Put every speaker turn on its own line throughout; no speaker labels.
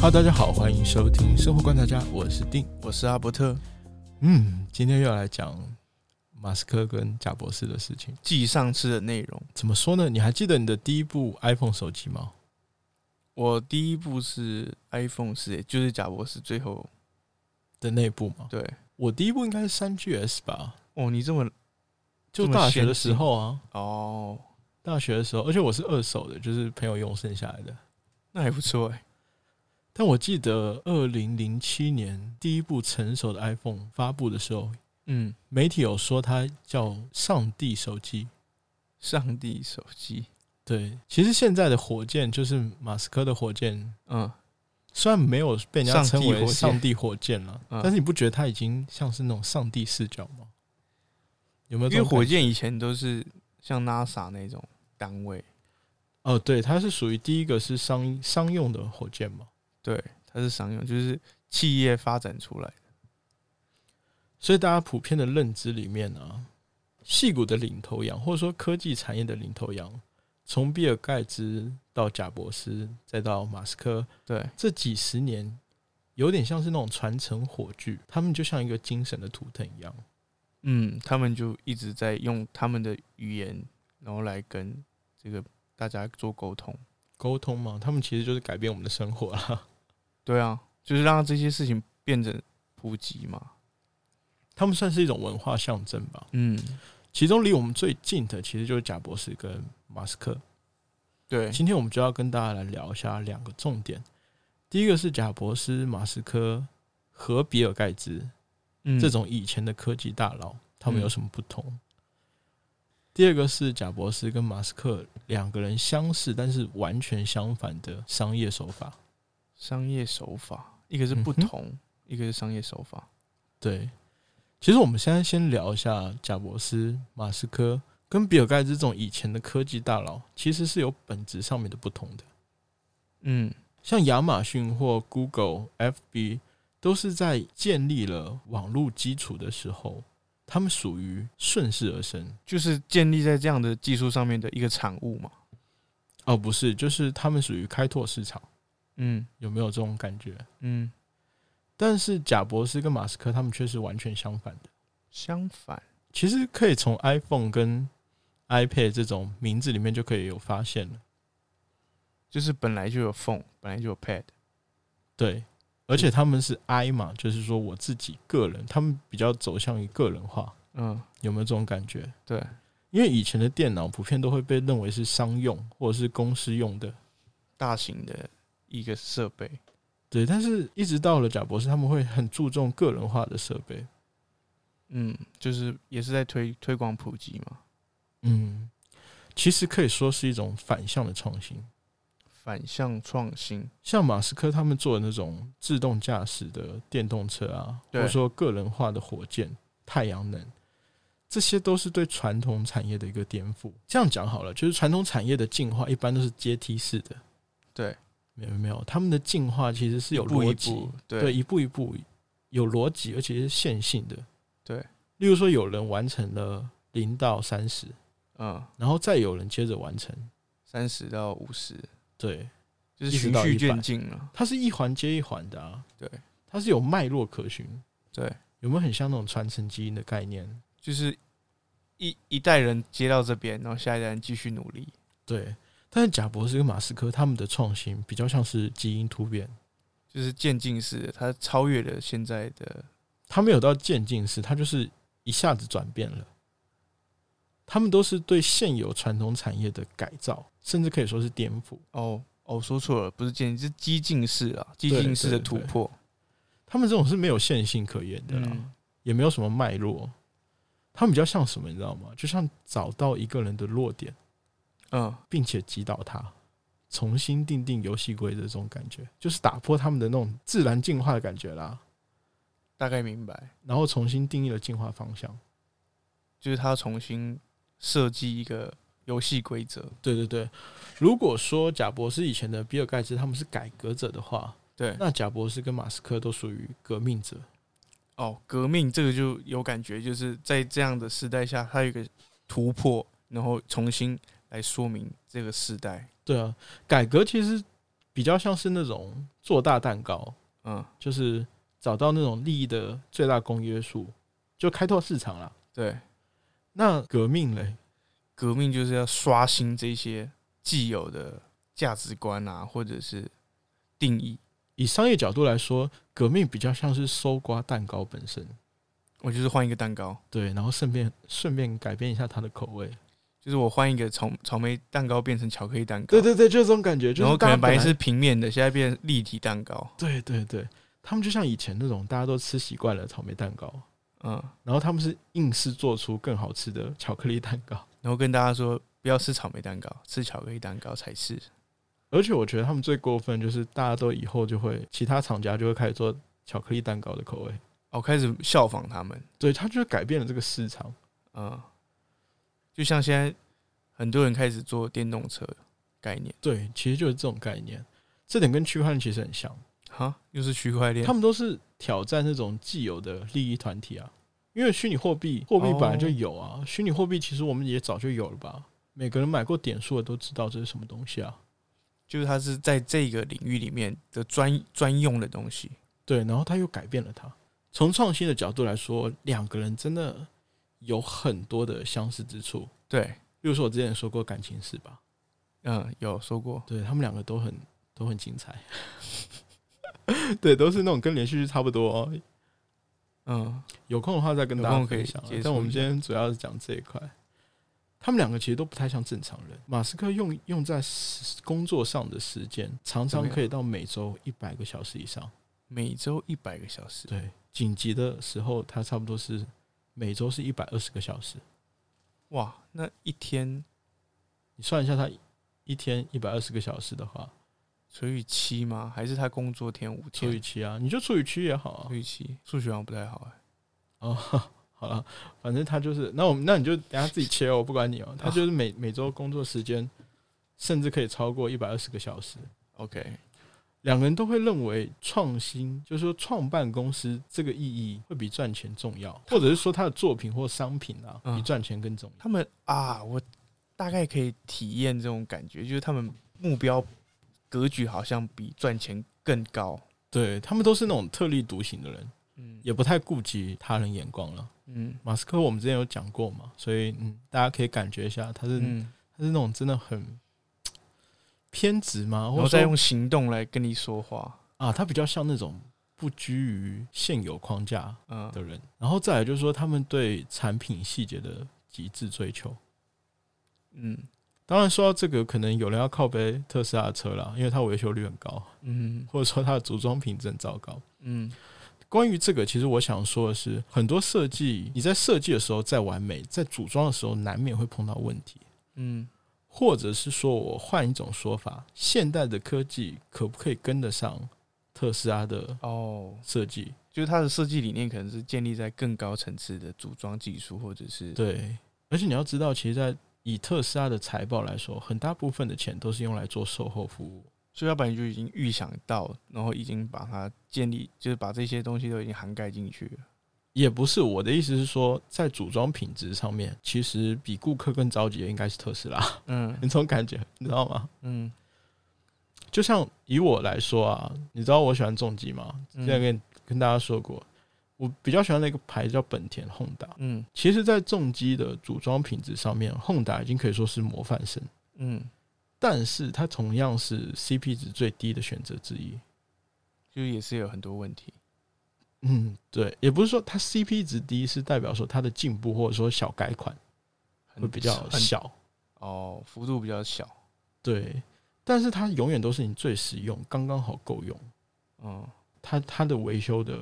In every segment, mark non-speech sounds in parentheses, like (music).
Hello，大家好，欢迎收听《生活观察家》，我是丁。
我是阿伯特，
嗯，今天又要来讲马斯克跟贾博士的事情。
继上次的内容，
怎么说呢？你还记得你的第一部 iPhone 手机吗？
我第一部是 iPhone 四，也就是贾博士最后
哦的那一部吗？
对
我第一部应该是三 GS 吧，
哦，你这么
就
这么
大学的
先进
时候啊，
哦，
大学的时候，而且我是二手的，就是朋友用剩下来的。
那还不错哎、
但我记得二零零七年第一部成熟的 iPhone 发布的时候，
嗯，
媒体有说它叫“上帝手机”。
上帝手机，
对，其实现在的火箭就是马斯克的火箭，
嗯，
虽然没有被人家称
上帝火
为
箭
上帝火箭了，
嗯
但是你不觉得它已经像是那种上帝视角吗？有没有
因
这
为
种感觉？
火箭以前都是像 NASA 那种单位，
哦，对，它是属于第一个是商商用的火箭嘛，
对，它是商用，就是企业发展出来的，
所以大家普遍的认知里面啊，戏骨的领头羊，或者说科技产业的领头羊，从比尔盖茨到贾伯斯，再到马斯克，
对，
这几十年有点像是那种传承火炬，他们就像一个精神的图腾一样。
嗯，他们就一直在用他们的语言，然后来跟这个大家做沟通，
沟通嘛，他们其实就是改变我们的生活啦。
对啊，就是让这些事情变得普及嘛，
(laughs) 他们算是一种文化象征吧。
嗯。
其中离我们最近的其实就是贾博士跟马斯克。
对，
今天我们就要跟大家来聊一下两个重点。第一个是贾博士、马斯克和比尔盖茨
嗯
这种以前的科技大佬，他们有什么不同？第二个是贾博士跟马斯克两个人相似，但是完全相反的商业手法。
商业手法，一个是
嗯
不同，一个是商业手法。
对，其实我们现在先聊一下贾伯斯、马斯克跟比尔盖茨这种以前的科技大佬，其实是有本质上面的不同的。
嗯，
像亚马逊或 Google、FB，都是在建立了网络基础的时候，他们属于顺势而生。
就是建立在这样的技术上面的一个产物嘛。
哦，不是，就是他们属于开拓市场，
嗯
有没有这种感觉？
嗯，
但是贾伯斯跟马斯克他们却是完全相反的。
相反，
其实可以从 iPhone 跟 iPad 这种名字里面就可以有发现了。
就是本来就有 phone，本来就有 pad。
对，而且他们是 I 嘛，就是说我自己个人，他们比较走向于个人化，
嗯，
有没有这种感觉？
对，
因为以前的电脑普遍都会被认为是商用或者是公司用的，
大型的一个设备。
对。但是一直到了贾博士，他们会很注重个人化的设备，
嗯，就是也是在推推广普及嘛，
嗯，其实可以说是一种反向的创新。
反向创新。
像马斯克他们做的那种自动驾驶的电动车啊，或
对
者说个人化的火箭、太阳能，这些都是对传统产业的一个颠覆。这样讲好了，就是传统产业的进化一般都是阶梯式的，
对，
没有没有，他们的进化其实是有
一步
逻
一
辑，
步，对
对，一步一步有逻辑，而且是线性的。
对，
例如说有人完成了零到三十，
嗯，
然后再有人接着完成，
三十到五十，
对，
就是
一直
循
到
序
100
渐进了。
它是一环接一环的啊，
对，
它是有脉络可循。
对，
有没有很像那种传承基因的概念？
就是一一代人接到这边，然后下一代人继续努力。
对，但是贾博士跟马斯克他们的创新比较像是基因突变，
就是渐进式的，它超越了现在的，
他没有到渐进式，他就是一下子转变了。他们都是对现有传统产业的改造，甚至可以说是颠覆。
哦哦，说错了，不是渐进，是激进式啊，激进式的突破。
他们这种是没有线性可言的啦，
嗯
也没有什么脉络。他们比较像什么，你知道吗？就像找到一个人的弱点，
嗯，
并且击倒他，重新定定游戏规则，这种感觉就是打破他们的那种自然进化的感觉啦。
大概明白，
然后重新定义了进化方向。
就是它重新设计一个游戏规则。
对对对，如果说贾博士以前的比尔盖茨他们是改革者的话，
对，
那贾博士跟马斯克都属于革命者。
哦，革命这个就有感觉，就是在这样的时代下，它有一个突破，然后重新来说明这个时代。
对啊，改革其实比较像是那种做大蛋糕，
嗯，
就是找到那种利益的最大公约数，就开拓市场啦。
对，
那革命嘞，
革命就是要刷新这些既有的价值观啊，或者是定义。
以商业角度来说，革命比较像是搜刮蛋糕本身，
我就是换一个蛋糕，
对，然后顺便顺便改变一下它的口味。
就是我换一个草草莓蛋糕变成巧克力蛋糕，
对对对，就这种感觉，就
然后
是
可
大家
能
本
本来
来
是平面的，现在变立体蛋糕。
对对对，他们就像以前那种大家都吃习惯了草莓蛋糕，
嗯，
然后他们是硬是做出更好吃的巧克力蛋糕。
然后跟大家说不要吃草莓蛋糕，吃巧克力蛋糕才是。
而且我觉得他们最过分就是大家都以后就会，其他厂家就会开始做巧克力蛋糕的口味，
哦，开始效仿他们。
对，他就改变了这个市场。
嗯，就像现在很多人开始做电动车概念，
对，其实就是这种概念，这点跟区块链其实很像，
哈，又是区块链
他。们都是挑战那种既有的利益团体啊。因为虚拟货币，货币本来就有啊，虚拟货币其实我们也早就有了吧，每个人买过点数的都知道这是什么东西啊。
就是它是在这个领域里面的专专用的东西。
对，然后他又改变了他。从创新的角度来说，两个人真的有很多的相似之处。
对，
比如说我之前说过感情事吧，
嗯，有说过，
对他们两个都很都很精彩， (laughs) 对，都是那种跟连续剧差不多哦、
嗯，
有空的话再跟大
有
家
空可以
分享啊
接触一。下
但我们今天主要是讲这一块。他们两个其实都不太像正常人。马斯克用用在实工作上的时间，常
怎么
常
样
可以到每周一百个小时以上。
每周一百个小时，
对，紧急的时候，他差不多是每周是一百二十个小时。
哇，那一天
你算一下，他一天一百二十个小时的话，
除以七吗？还是他工作天五
除以
天？
七啊，你就除以七也好啊
除。以七，数学好像不太好哎、
哦，好了，反正他就是，那我们那你就等下自己切哦，我不管你哦。他就是每每周工作时间，甚至可以超过一百二十个小时。
OK，
两个人都会认为创新，就是说创办公司这个意义会比赚钱重要，或者是说他的作品或商品啊，
嗯
比赚钱更重要。
他们啊，我大概可以体验这种感觉，就是他们目标格局好像比赚钱更高。
对他们都是那种特立独行的人，
嗯
也不太顾及他人眼光了。
嗯
马斯克我们之前有讲过嘛，所以嗯，大家可以感觉一下，他是、
嗯，
他是那种真的很嘖偏执吗？
然
或
后
者
再
说
用行动来跟你说话。
啊，他比较像那种不拘于现有框架
嗯，
的人。然后再来就是说，他们对产品细节的极致追求。
嗯
当然，说到这个，可能有人要靠背特斯拉的车啦，因为它维修率很高， (laughs)
嗯
或者说它的组装品质很糟糕。
嗯，
关于这个，其实我想说的是，很多设计你在设计的时候再完美，在组装的时候难免会碰到问题。
嗯，
或者是说我换一种说法，现代的科技可不可以跟得上特斯拉的
哦，
设计？
就是它的设计理念可能是建立在更高层次的组装技术，或者是
对，而且你要知道，其实，在以特斯拉的财报来说，很大部分的钱都是用来做售后服务。
所以它本来就已经预想到，然后已经把它建立，就是把这些东西都已经涵盖进去了。
也不是我的意思是说，在组装品质上面，其实比顾客更着急的应该是特斯拉，
嗯
那种感觉，你知道吗？
嗯
就像以我来说啊，你知道我喜欢重机吗？之
嗯
前跟跟大家说过，我比较喜欢那个牌子叫本田 Honda。
嗯
其实，在重机的组装品质上面，Honda 已经可以说是模范生，
嗯，
但是它同样是 CP 值最低的选择之一。
就也是有很多问题。
嗯，对，也不是说它 CP 值低是代表说它的进步或者说小改款
很
会比较
很
小，
哦，幅度比较小。
对，但是它永远都是你最实用，刚刚好够用。
嗯
它它的维修的，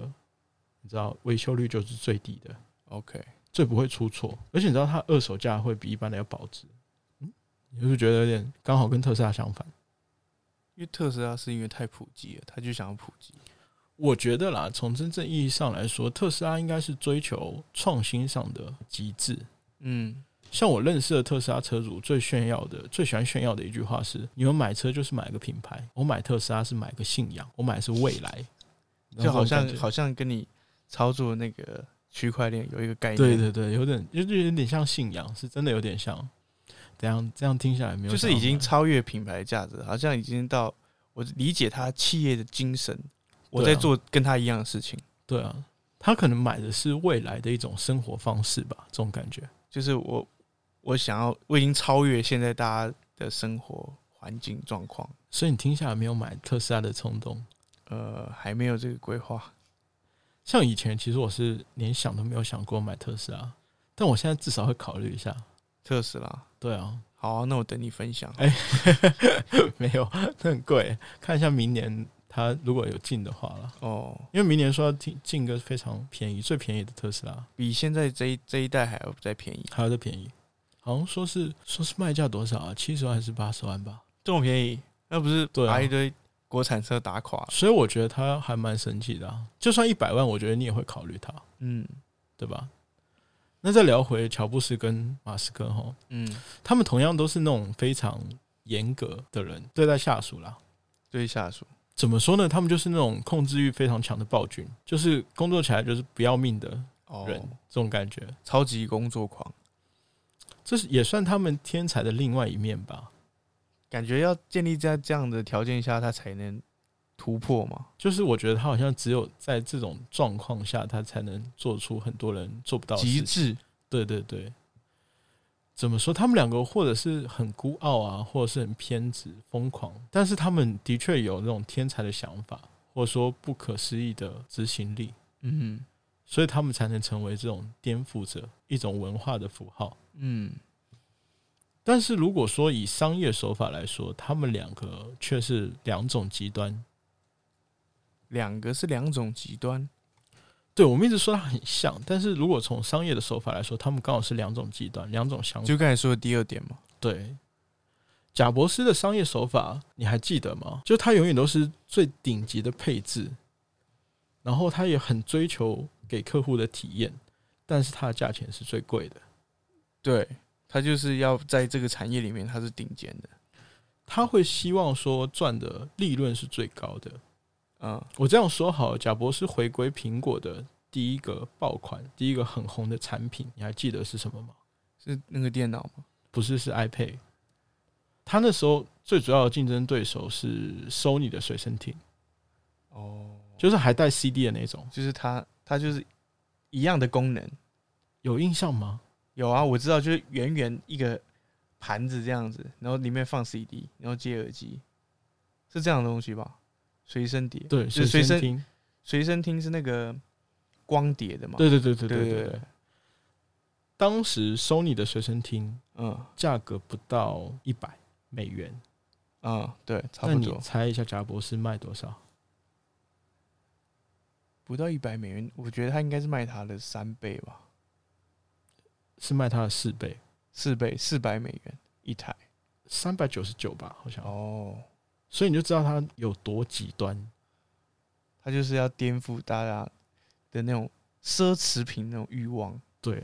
你知道维修率就是最低的，
，OK，
最不会出错。而且你知道它二手价会比一般的要保值，嗯，你是不是觉得有点刚好跟特斯拉相反？
因为特斯拉是因为太普及了，他就想要普及。
我觉得啦，从真正意义上来说，特斯拉应该是追求创新上的极致。
嗯
像我认识的特斯拉车主最炫耀的、最喜欢炫耀的一句话是：“你们买车就是买个品牌，我买特斯拉是买个信仰，我买的是未来。”
就好像
那种感觉
好像跟你操作那个区块链有一个概念，
对对对，有点就就有点像信仰，是真的有点像。怎样这样听下来没有
就
想法？
是已经超越品牌价值，好像已经到我理解他企业的精神，我
对
在
啊
做跟他一样的事情，
对啊，他可能买的是未来的一种生活方式吧，这种感觉。
就是我我想要我已经超越现在大家的生活环境状况，
所以你听下来没有买特斯拉的冲动？
呃，还没有这个规划，
像以前其实我是连想都没有想过买特斯拉，但我现在至少会考虑一下。
特斯拉。
对啊， (laughs)
好啊、那我等你分享。
哎没有，那很贵。看一下明年它如果有进的话啦，
哦，
因为明年说要进进个非常便宜、最便宜的特斯拉，
比现在这一这一代还要再便宜，
还要再便宜，好像说是说是卖价多少啊？七十万还是八十万吧？
这么便宜，那不是
对啊
把一堆国产车打垮？
所以我觉得它还蛮神奇的、啊。就算一百万，我觉得你也会考虑它，
嗯
对吧？那再聊回乔布斯跟马斯克哈，
嗯，
他们同样都是那种非常严格的人，对待下属啦。
对下属，
怎么说呢？他们就是那种控制欲非常强的暴君，就是工作起来就是不要命的
哦，
人，这种感觉。
超级工作狂，
这是也算他们天才的另外一面吧。
感觉要建立在这样的条件下，他才能突破嘛。
就是我觉得他好像只有在这种状况下，他才能做出很多人做不到的事
极
情。
致，
对对对，怎么说？他们两个或者是很孤傲啊，或者是很偏执、疯狂，但是他们的确有那种天才的想法，或者说不可思议的执行力，
嗯
所以他们才能成为这种颠覆者，一种文化的符号。
嗯，
但是如果说以商业手法来说，他们两个却是两种极端。
两个是两种极端，
对我们一直说它很像，但是如果从商业的手法来说，他们刚好是两种极端，两种想法。
就刚才说的第二点嘛。
对，贾伯斯的商业手法你还记得吗？就他永远都是最顶级的配置，然后他也很追求给客户的体验，但是他的价钱是最贵的。
对，他就是要在这个产业里面，他是顶尖的。
他会希望说赚的利润是最高的。
嗯，
我这样说好了，贾伯斯回归苹果的第一个爆款，第一个很红的产品，你还记得是什么吗？
是那个电脑嘛？
不是，是 iPad。他那时候最主要的竞争对手是 Sony 的随身听，
哦，
就是还带 CD 的那种。
就是它，它就是一样的功能。
有印象吗？
有啊，我知道，就是圆圆一个盘子这样子，然后里面放 CD，然后接耳机，是这样的东西吧？随身碟，
对，
就是
随
随
身
身
听。
随身听是那个光碟的嘛？
对对对对对
对
对
对
对。当时 Sony 的随身听
嗯
价格不到一百美元，
嗯，对，差
那
不
你
多，
猜一下贾博士卖多少？
不到一百美元，我觉得它应该是卖它的三倍吧，
是卖它的四倍，
四倍，四百美元一台。
三百九十九吧，好像。
哦，
所以你就知道它有多极端。
它就是要颠覆大家的那种奢侈品那种欲望，
对，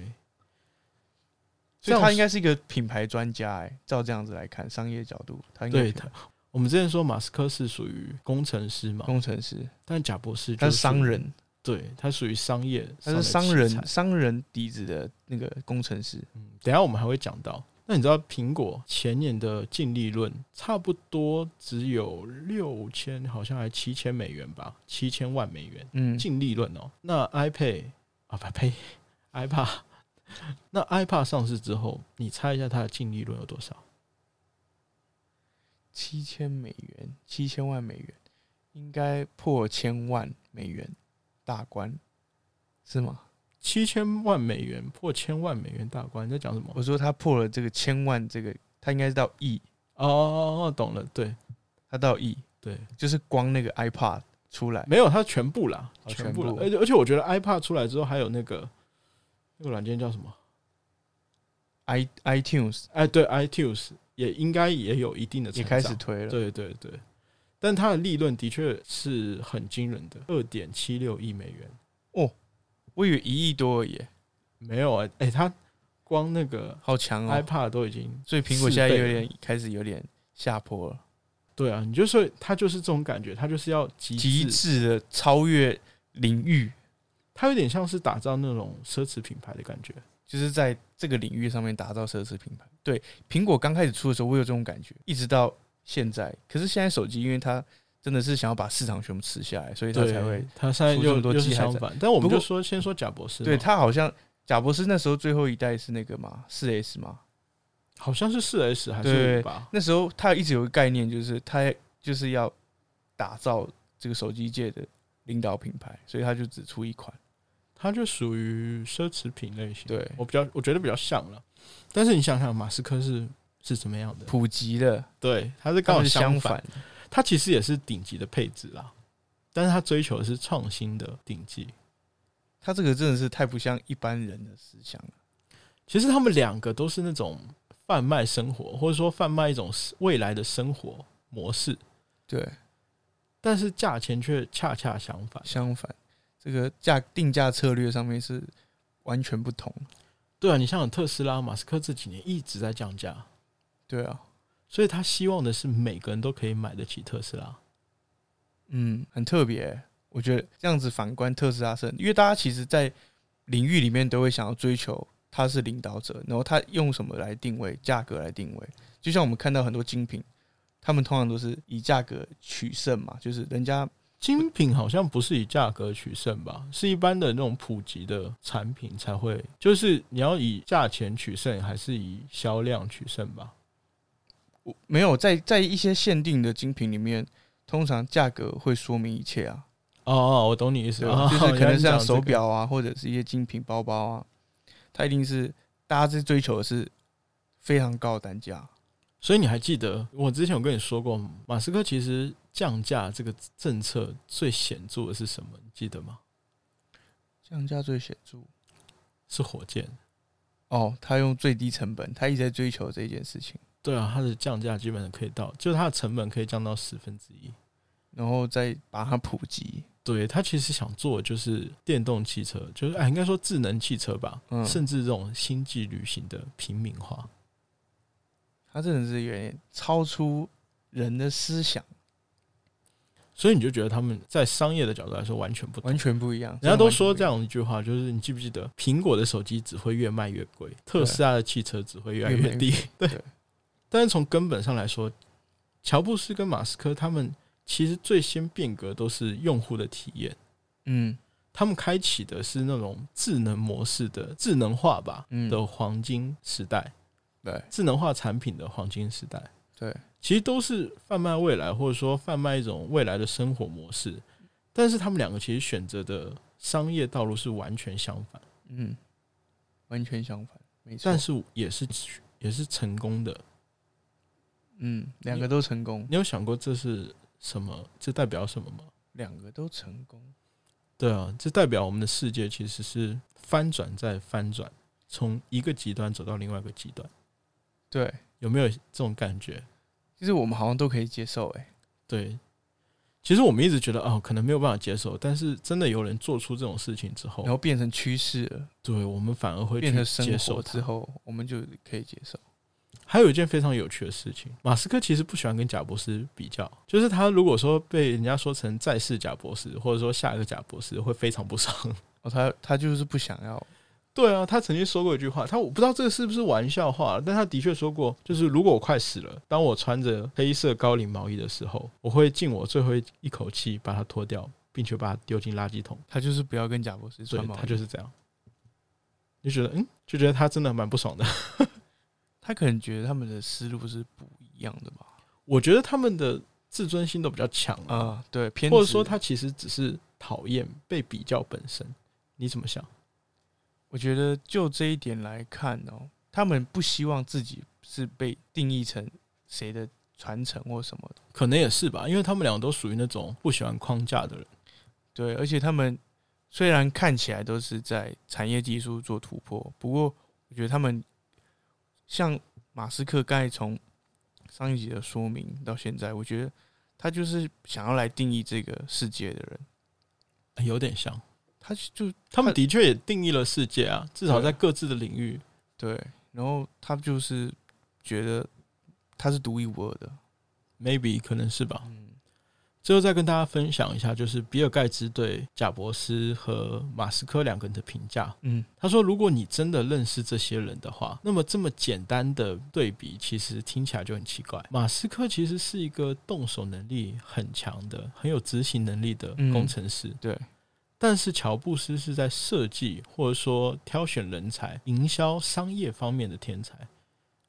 这
所以
样
他应该是一个品牌专家哎、照这样子来看，商业角度，他应该
对他，我们之前说马斯克是属于工程师嘛，
工程师，
但贾博士
他
就是
商
属于，
人，
对他属于商业，
他是
业
商
奇才
人商人底子的那个工程师，
嗯，等一下我们还会讲到。那你知道苹果前年的净利润差不多只有六千，好像还七千美元吧，七千万美元
嗯，
净利润哦。那 iPad 啊，不呸，iPad，那 iPad 上市之后，你猜一下它的净利润有多少？
七千美元，七千万美元，应该破千万美元大关，是吗？
七千万美元破千万美元大关，你在讲什么？
我说他破了这个千万，这个他应该是到亿，
哦哦哦，懂了，对
他到亿，
对，
就是光那个 iPad 出来，
没有它全部啦，
哎哦
全部
全
啦。
部
而且而且我觉得 iPad 出来之后，还有那个那个软件叫什么？
i iTunes
哎，对，iTunes 也应该也有一定的成
也
长
开始推了，
对对对，但它的利润的确是很惊人的，二点七六亿美元。
我以为一亿多而已，
没有啊，哎、它光那个
好强哦！
iPad 都已经、
所以苹果现在
四倍
有
了
点开始有点下坡了，
对啊，你就说它就是这种感觉，它就是要极
极
致，
致的超越领域，
它有点像是打造那种奢侈品牌的感觉。
就是在这个领域上面打造奢侈品牌。对，苹果刚开始出的时候，我有这种感觉，一直到现在。可是现在手机，因为它真的是想要把市场全部吃下来，所以他
对，
才会
他现在
出这
又
么多
又是
季海
相
产
反，但我们
不
就
过
说先说贾博士嘛，
对他好像贾博士那时候最后一代是那个嘛四 S 嘛，
好像是四 S 还是
对
五吧？
那时候他一直有个概念，就是他就是要打造这个手机界的领导品牌，所以他就只出一款。
它就属于奢侈品类型。
对，
我比较我觉得比较像了，但是你想想马斯克是是怎么样的？
普及的
对，他是刚
刚
好
好相
反，
反的，
他其实也是顶级的配置啦，但是他追求的是创新的顶级。
他这个真的是太不像一般人的思想了。
其实他们两个都是那种贩卖生活，或者说贩卖一种未来的生活模式，
对，
但是价钱却恰恰相反。
相反，这个价定价策略上面是完全不同。
对啊，你像特斯拉，马斯克这几年一直在降价，
对啊，
所以他希望的是每个人都可以买得起特斯拉。
嗯，很特别欸、我觉得这样子反观特斯拉是很，因为大家其实，在领域里面都会想要追求它是领导者，然后它用什么来定位，价格来定位。就像我们看到很多精品，他们通常都是以价格取胜嘛，就是人家
精品好像不是以价格取胜吧，是一般的那种普及的产品才会，就是你要以价钱取胜，还是以销量取胜吧？
我没有在在一些限定的精品里面，通常价格会说明一切啊，
哦哦，我懂你意思
对
了，
吧？就是可
原来
能
你讲
像
这
手
个，
表啊，或者是一些精品包包啊，它一定是大家是追求的是非常高的单价。
所以你还记得我之前有跟你说过，马斯克其实降价这个政策最显著的是什么？你记得吗？
降价最显著
是火箭。
哦，他用最低成本，他一直在追求这件事情，
对啊，它的降价基本上可以到，就是它的成本可以降到十分之一。
然后再把它普及。
对他其实想做的就是电动汽车，就是哎，应该说智能汽车吧，
嗯
甚至这种星际旅行的平民化。
他真的是有点超出人的思想，
所以你就觉得他们在商业的角度来说完全不同。
完全不一样。
人家都说
真
这
的完
样一句话，就是你记不记得，苹果的手机只会越卖越贵，特斯拉的汽车只会越来
越卖越
低。对
对，
但是从根本上来说，乔布斯跟马斯克他们其实最先变革都是用户的体验。
全不一样，嗯
他们开启的是那种智能模式的智能化吧
嗯
的黄金时代，
对
智能化产品的黄金时代，
对，
其实都是贩卖未来，或者说贩卖一种未来的生活模式。但是他们两个其实选择的商业道路是完全相反，
嗯，完全相反，没错
但。是也是也是成功的。
嗯，两个都成功，
你有想过这是什么？这代表什么吗？
两个都成功。
对啊，这代表我们的世界其实是翻转再翻转，从一个极端走到另外一个极端，
对，
有没有这种感觉？
其实我们好像都可以接受、欸，哎，
对，其实我们一直觉得哦，可能没有办法接受，但是真的有人做出这种事情之后
然，后变成趋势了，
对我们反而哦会去
变成
接
生
受
活之
它。
后，我们就可以接受。
还有一件非常有趣的事情，马斯克其实不喜欢跟贾博士比较，就是他如果说被人家说成再世贾博士，或者说下一个贾博士，会非常不爽。 (laughs)
哦，他他就是不想要，
对啊，他曾经说过一句话，他我不知道这是不是玩笑话，但他的确说过，就是如果我快死了，当我穿着黑色高领毛衣的时候，我会尽我最后一口气把它脱掉，并且把它丢进垃圾桶。
他就是不要跟贾博士
对
穿毛衣，
他就是这样。就觉得嗯，就觉得他真的蛮不爽的。 (laughs)
他可能觉得他们的思路是不一样的吧？
我觉得他们的自尊心都比较强
啊、
啊，
对，偏
或者说
执
他其实只是讨厌被比较本身。你怎么想？
我觉得就这一点来看哦，他们不希望自己是被定义成谁的传承或什么的，
可能也是吧，因为他们两个都属于那种不喜欢框架的人。
对，而且他们虽然看起来都是在产业技术做突破，不过我觉得他们像马斯克刚才从上一集的说明到现在，我觉得他就是想要来定义这个世界的人，
有点像，
他就
他们的确也定义了世界啊，至少在各自的领域。
对，然后他就是觉得他是独一无二的，
maybe 可能是吧。
嗯，
最后再跟大家分享一下，就是比尔盖茨对贾伯斯和马斯克两个人的评价。
嗯
他说：“如果你真的认识这些人的话，那么这么简单的对比，其实听起来就很奇怪。马斯克其实是一个动手能力很强的、很有执行能力的
嗯
工程师，
对。
但是乔布斯是在设计或者说挑选人才、营销、商业方面的天才。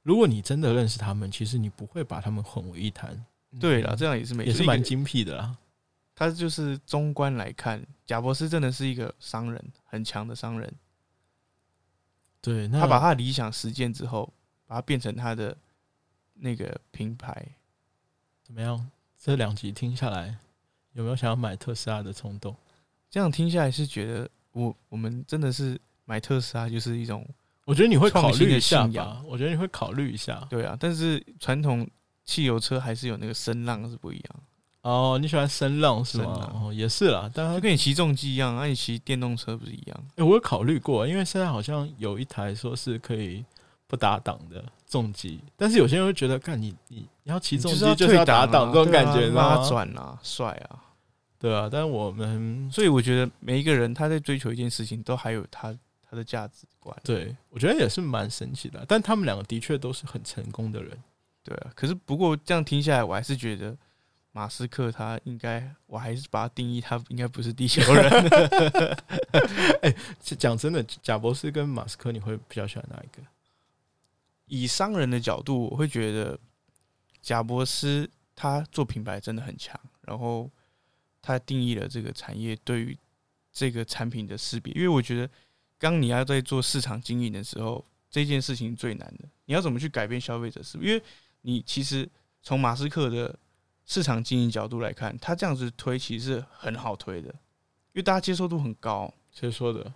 如果你真的认识他们，其实你不会把他们混为一谈。
对了，这样也是没
嗯也
错
是
一
蛮
个
精辟的啦。
他就是中观来看，贾博士真的是一个商人，很强的商人。
对，那
他把他的理想实践之后，把它变成他的那个品牌。
怎么样？这两集听下来，有没有想要买特斯拉的冲动？
这样听下来是觉得我我们真的是买特斯拉就是一种
我觉得你会考虑一下
创新的信
吧
仰。
我觉得你会考虑一下。
对啊，但是传统汽油车还是有那个声浪是不一样，
哦，你喜欢声浪是
声
吗？
浪
哦，也是啦。但
就
它、
跟你骑重机一样，那、你骑电动车不是一样？
诶我有考虑过，因为现在好像有一台说是可以不打档的重机，但是有些人会觉得，干你你你要骑重
你
机
就是
要
退
打
档
档、这种感觉，你知
拉
道吗？
转啊，帅啊！
对啊，但是我们
所以我觉得每一个人他在追求一件事情，都还有他他的价值观。
对我觉得也是蛮神奇的。但他们两个的确都是很成功的
(laughs)
人。 (laughs)
对啊，可是不过这样听下来，我还是觉得马斯克他应该，我还是把他定义他应该不是地球人。
其讲真的，贾博士跟马斯克，你会比较喜欢哪一个？
以商人的角度，我会觉得贾伯斯他做品牌真的很强，然后他定义了这个产业对于这个产品的识别，因为我觉得刚你要在做市场经营的时候，这件事情最难的，你要怎么去改变消费者思维？因为你其实从马斯克的市场经营角度来看，他这样子推其实是很好推的，因为大家接受度很高。
谁说的？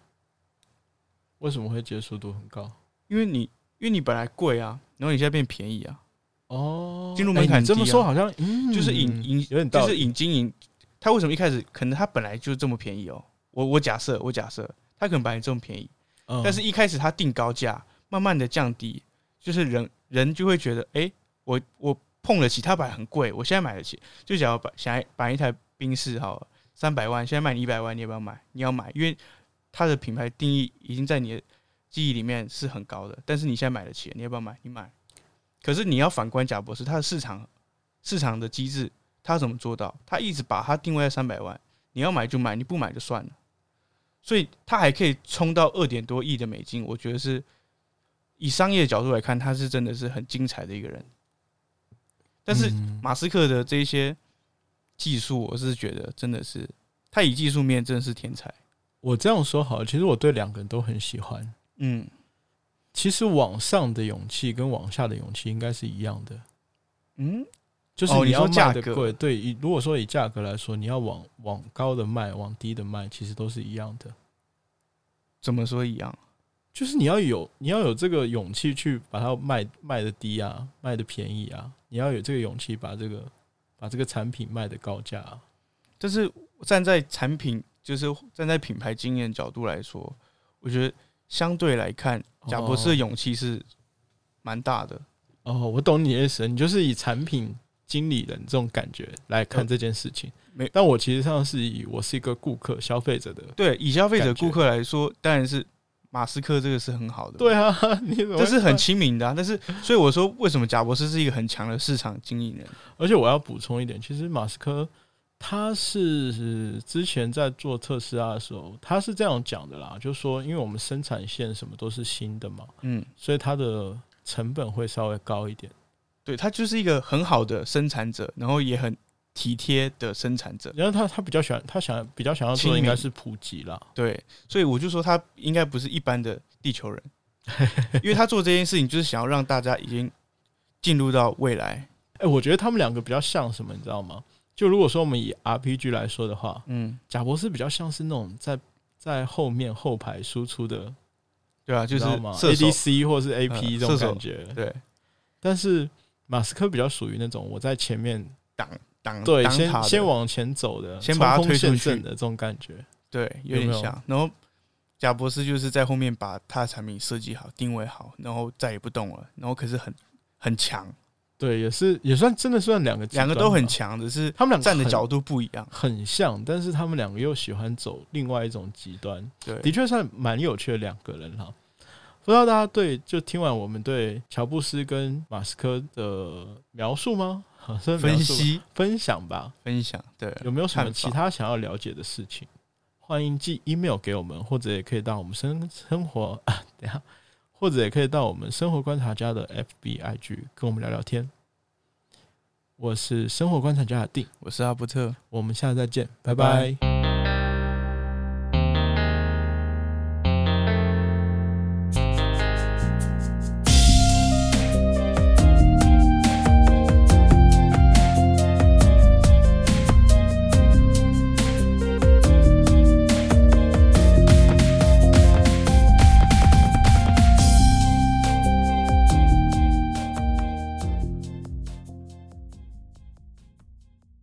为什么会接受度很高？
因为你因为你本来贵啊，然后你现在变便宜啊，
哦，
进入门槛
哎你这么
低啊
说好像，嗯，
就是引引
有点道
就是
理，
引经营，他为什么一开始可能他本来就这么便宜哦？我我假设我假设他可能本来这么便宜，
嗯
但是一开始他定高价，慢慢的降低，就是人人就会觉得，哎、我我碰得起，他本来很贵，我现在买得起，就假如把想把一台宾士好了，三百万，现在卖你一百万，你要不要买？你要买，因为它的品牌定义已经在你的记忆里面是很高的，但是你现在买得起，你要不要买？你买。可是你要反观贾博士，他的市场市场的机制，他怎么做到？他一直把它定位在三百万，你要买就买，你不买就算了。所以他还可以冲到二点多亿的美金，我觉得是以商业角度来看，他是真的是很精彩的一个人。但是
嗯
马斯克的这些技术，我是觉得真的是他以技术面真的是天才。
我这样说好了，其实我对两个人都很喜欢。
嗯，
其实往上的勇气跟往下的勇气应该是一样的，
嗯，
就是
哦你
要
说价
卖的
格
贵，对，以如果说以价格来说，你要往往高的卖，往低的卖，其实都是一样的。
怎么说一样？
就是你要有你要有这个勇气去把它卖卖的低啊，卖的便宜啊，你要有这个勇气把这个把这个产品卖的高价、啊。
但是站在产品，就是站在品牌经验角度来说，我觉得相对来看，贾博士的勇气是蛮大的。
哦，我懂你的意思，你就是以产品经理人这种感觉来看这件事情。
呃没
但我其实上是以我是一个顾客、消费者的。
对，以消费者
感觉
顾客来说，当然是马斯克这个是很好的。
对啊，你怎么会
这是很亲民的、啊，但是所以我说，为什么贾博士是一个很强的市场经营人？
而且我要补充一点，其实马斯克他是之前在做特斯拉的时候，他是这样讲的啦，就是说，因为我们生产线什么都是新的嘛，
嗯，
所以它的成本会稍微高一点。
对他就是一个很好的生产者，然后也很体贴的生产者。
然后他他比较喜欢，他想比较想要做的应该是普及啦。
对，所以我就说他应该不是一般的地球人，因为他做这件事情就是想要让大家已经进入到未来。
哎、我觉得他们两个比较像什么，你知道吗？就如果说我们以 RPG 来说的话，
嗯，
贾博士比较像是那种在在后面后排输出的，
对啊，就
你
是
知道吗
射手。
ADC 或是 AP
呃
这种
射手
感觉。
对，
但是马斯克比较属于那种我在前面
挡
对
挡塔
先
嗯的
先往前走的，
先把它
冲锋
推出
陷
去
阵的这种感觉。
对，有
有
点
没有
像。然后贾博士就是在后面把他的产品设计好、定位好，然后再也不动了，然后可是很很强，
对，也是也算真的算两个极
两
端
个
吧
都很，强，只是
他们两个
站的
很
角度不一样。
很像，但是他们两个又喜欢走另外一种极端，
对，
的确算蛮有趣的两个人哈。不知道大家对就听完我们对乔布斯跟马斯克的描述吗？好像
分析
分享吧，
分享，对，
有没有什么
看法
其他想要了解的事情？欢迎寄 email 给我们，或者也可以到我们生生活， (laughs) 啊、等一下，或者也可以到我们生活观察家的 FBIG 跟我们聊聊天。我是生活观察家的定，
我是阿伯特。
我们下次再见，拜
拜
拜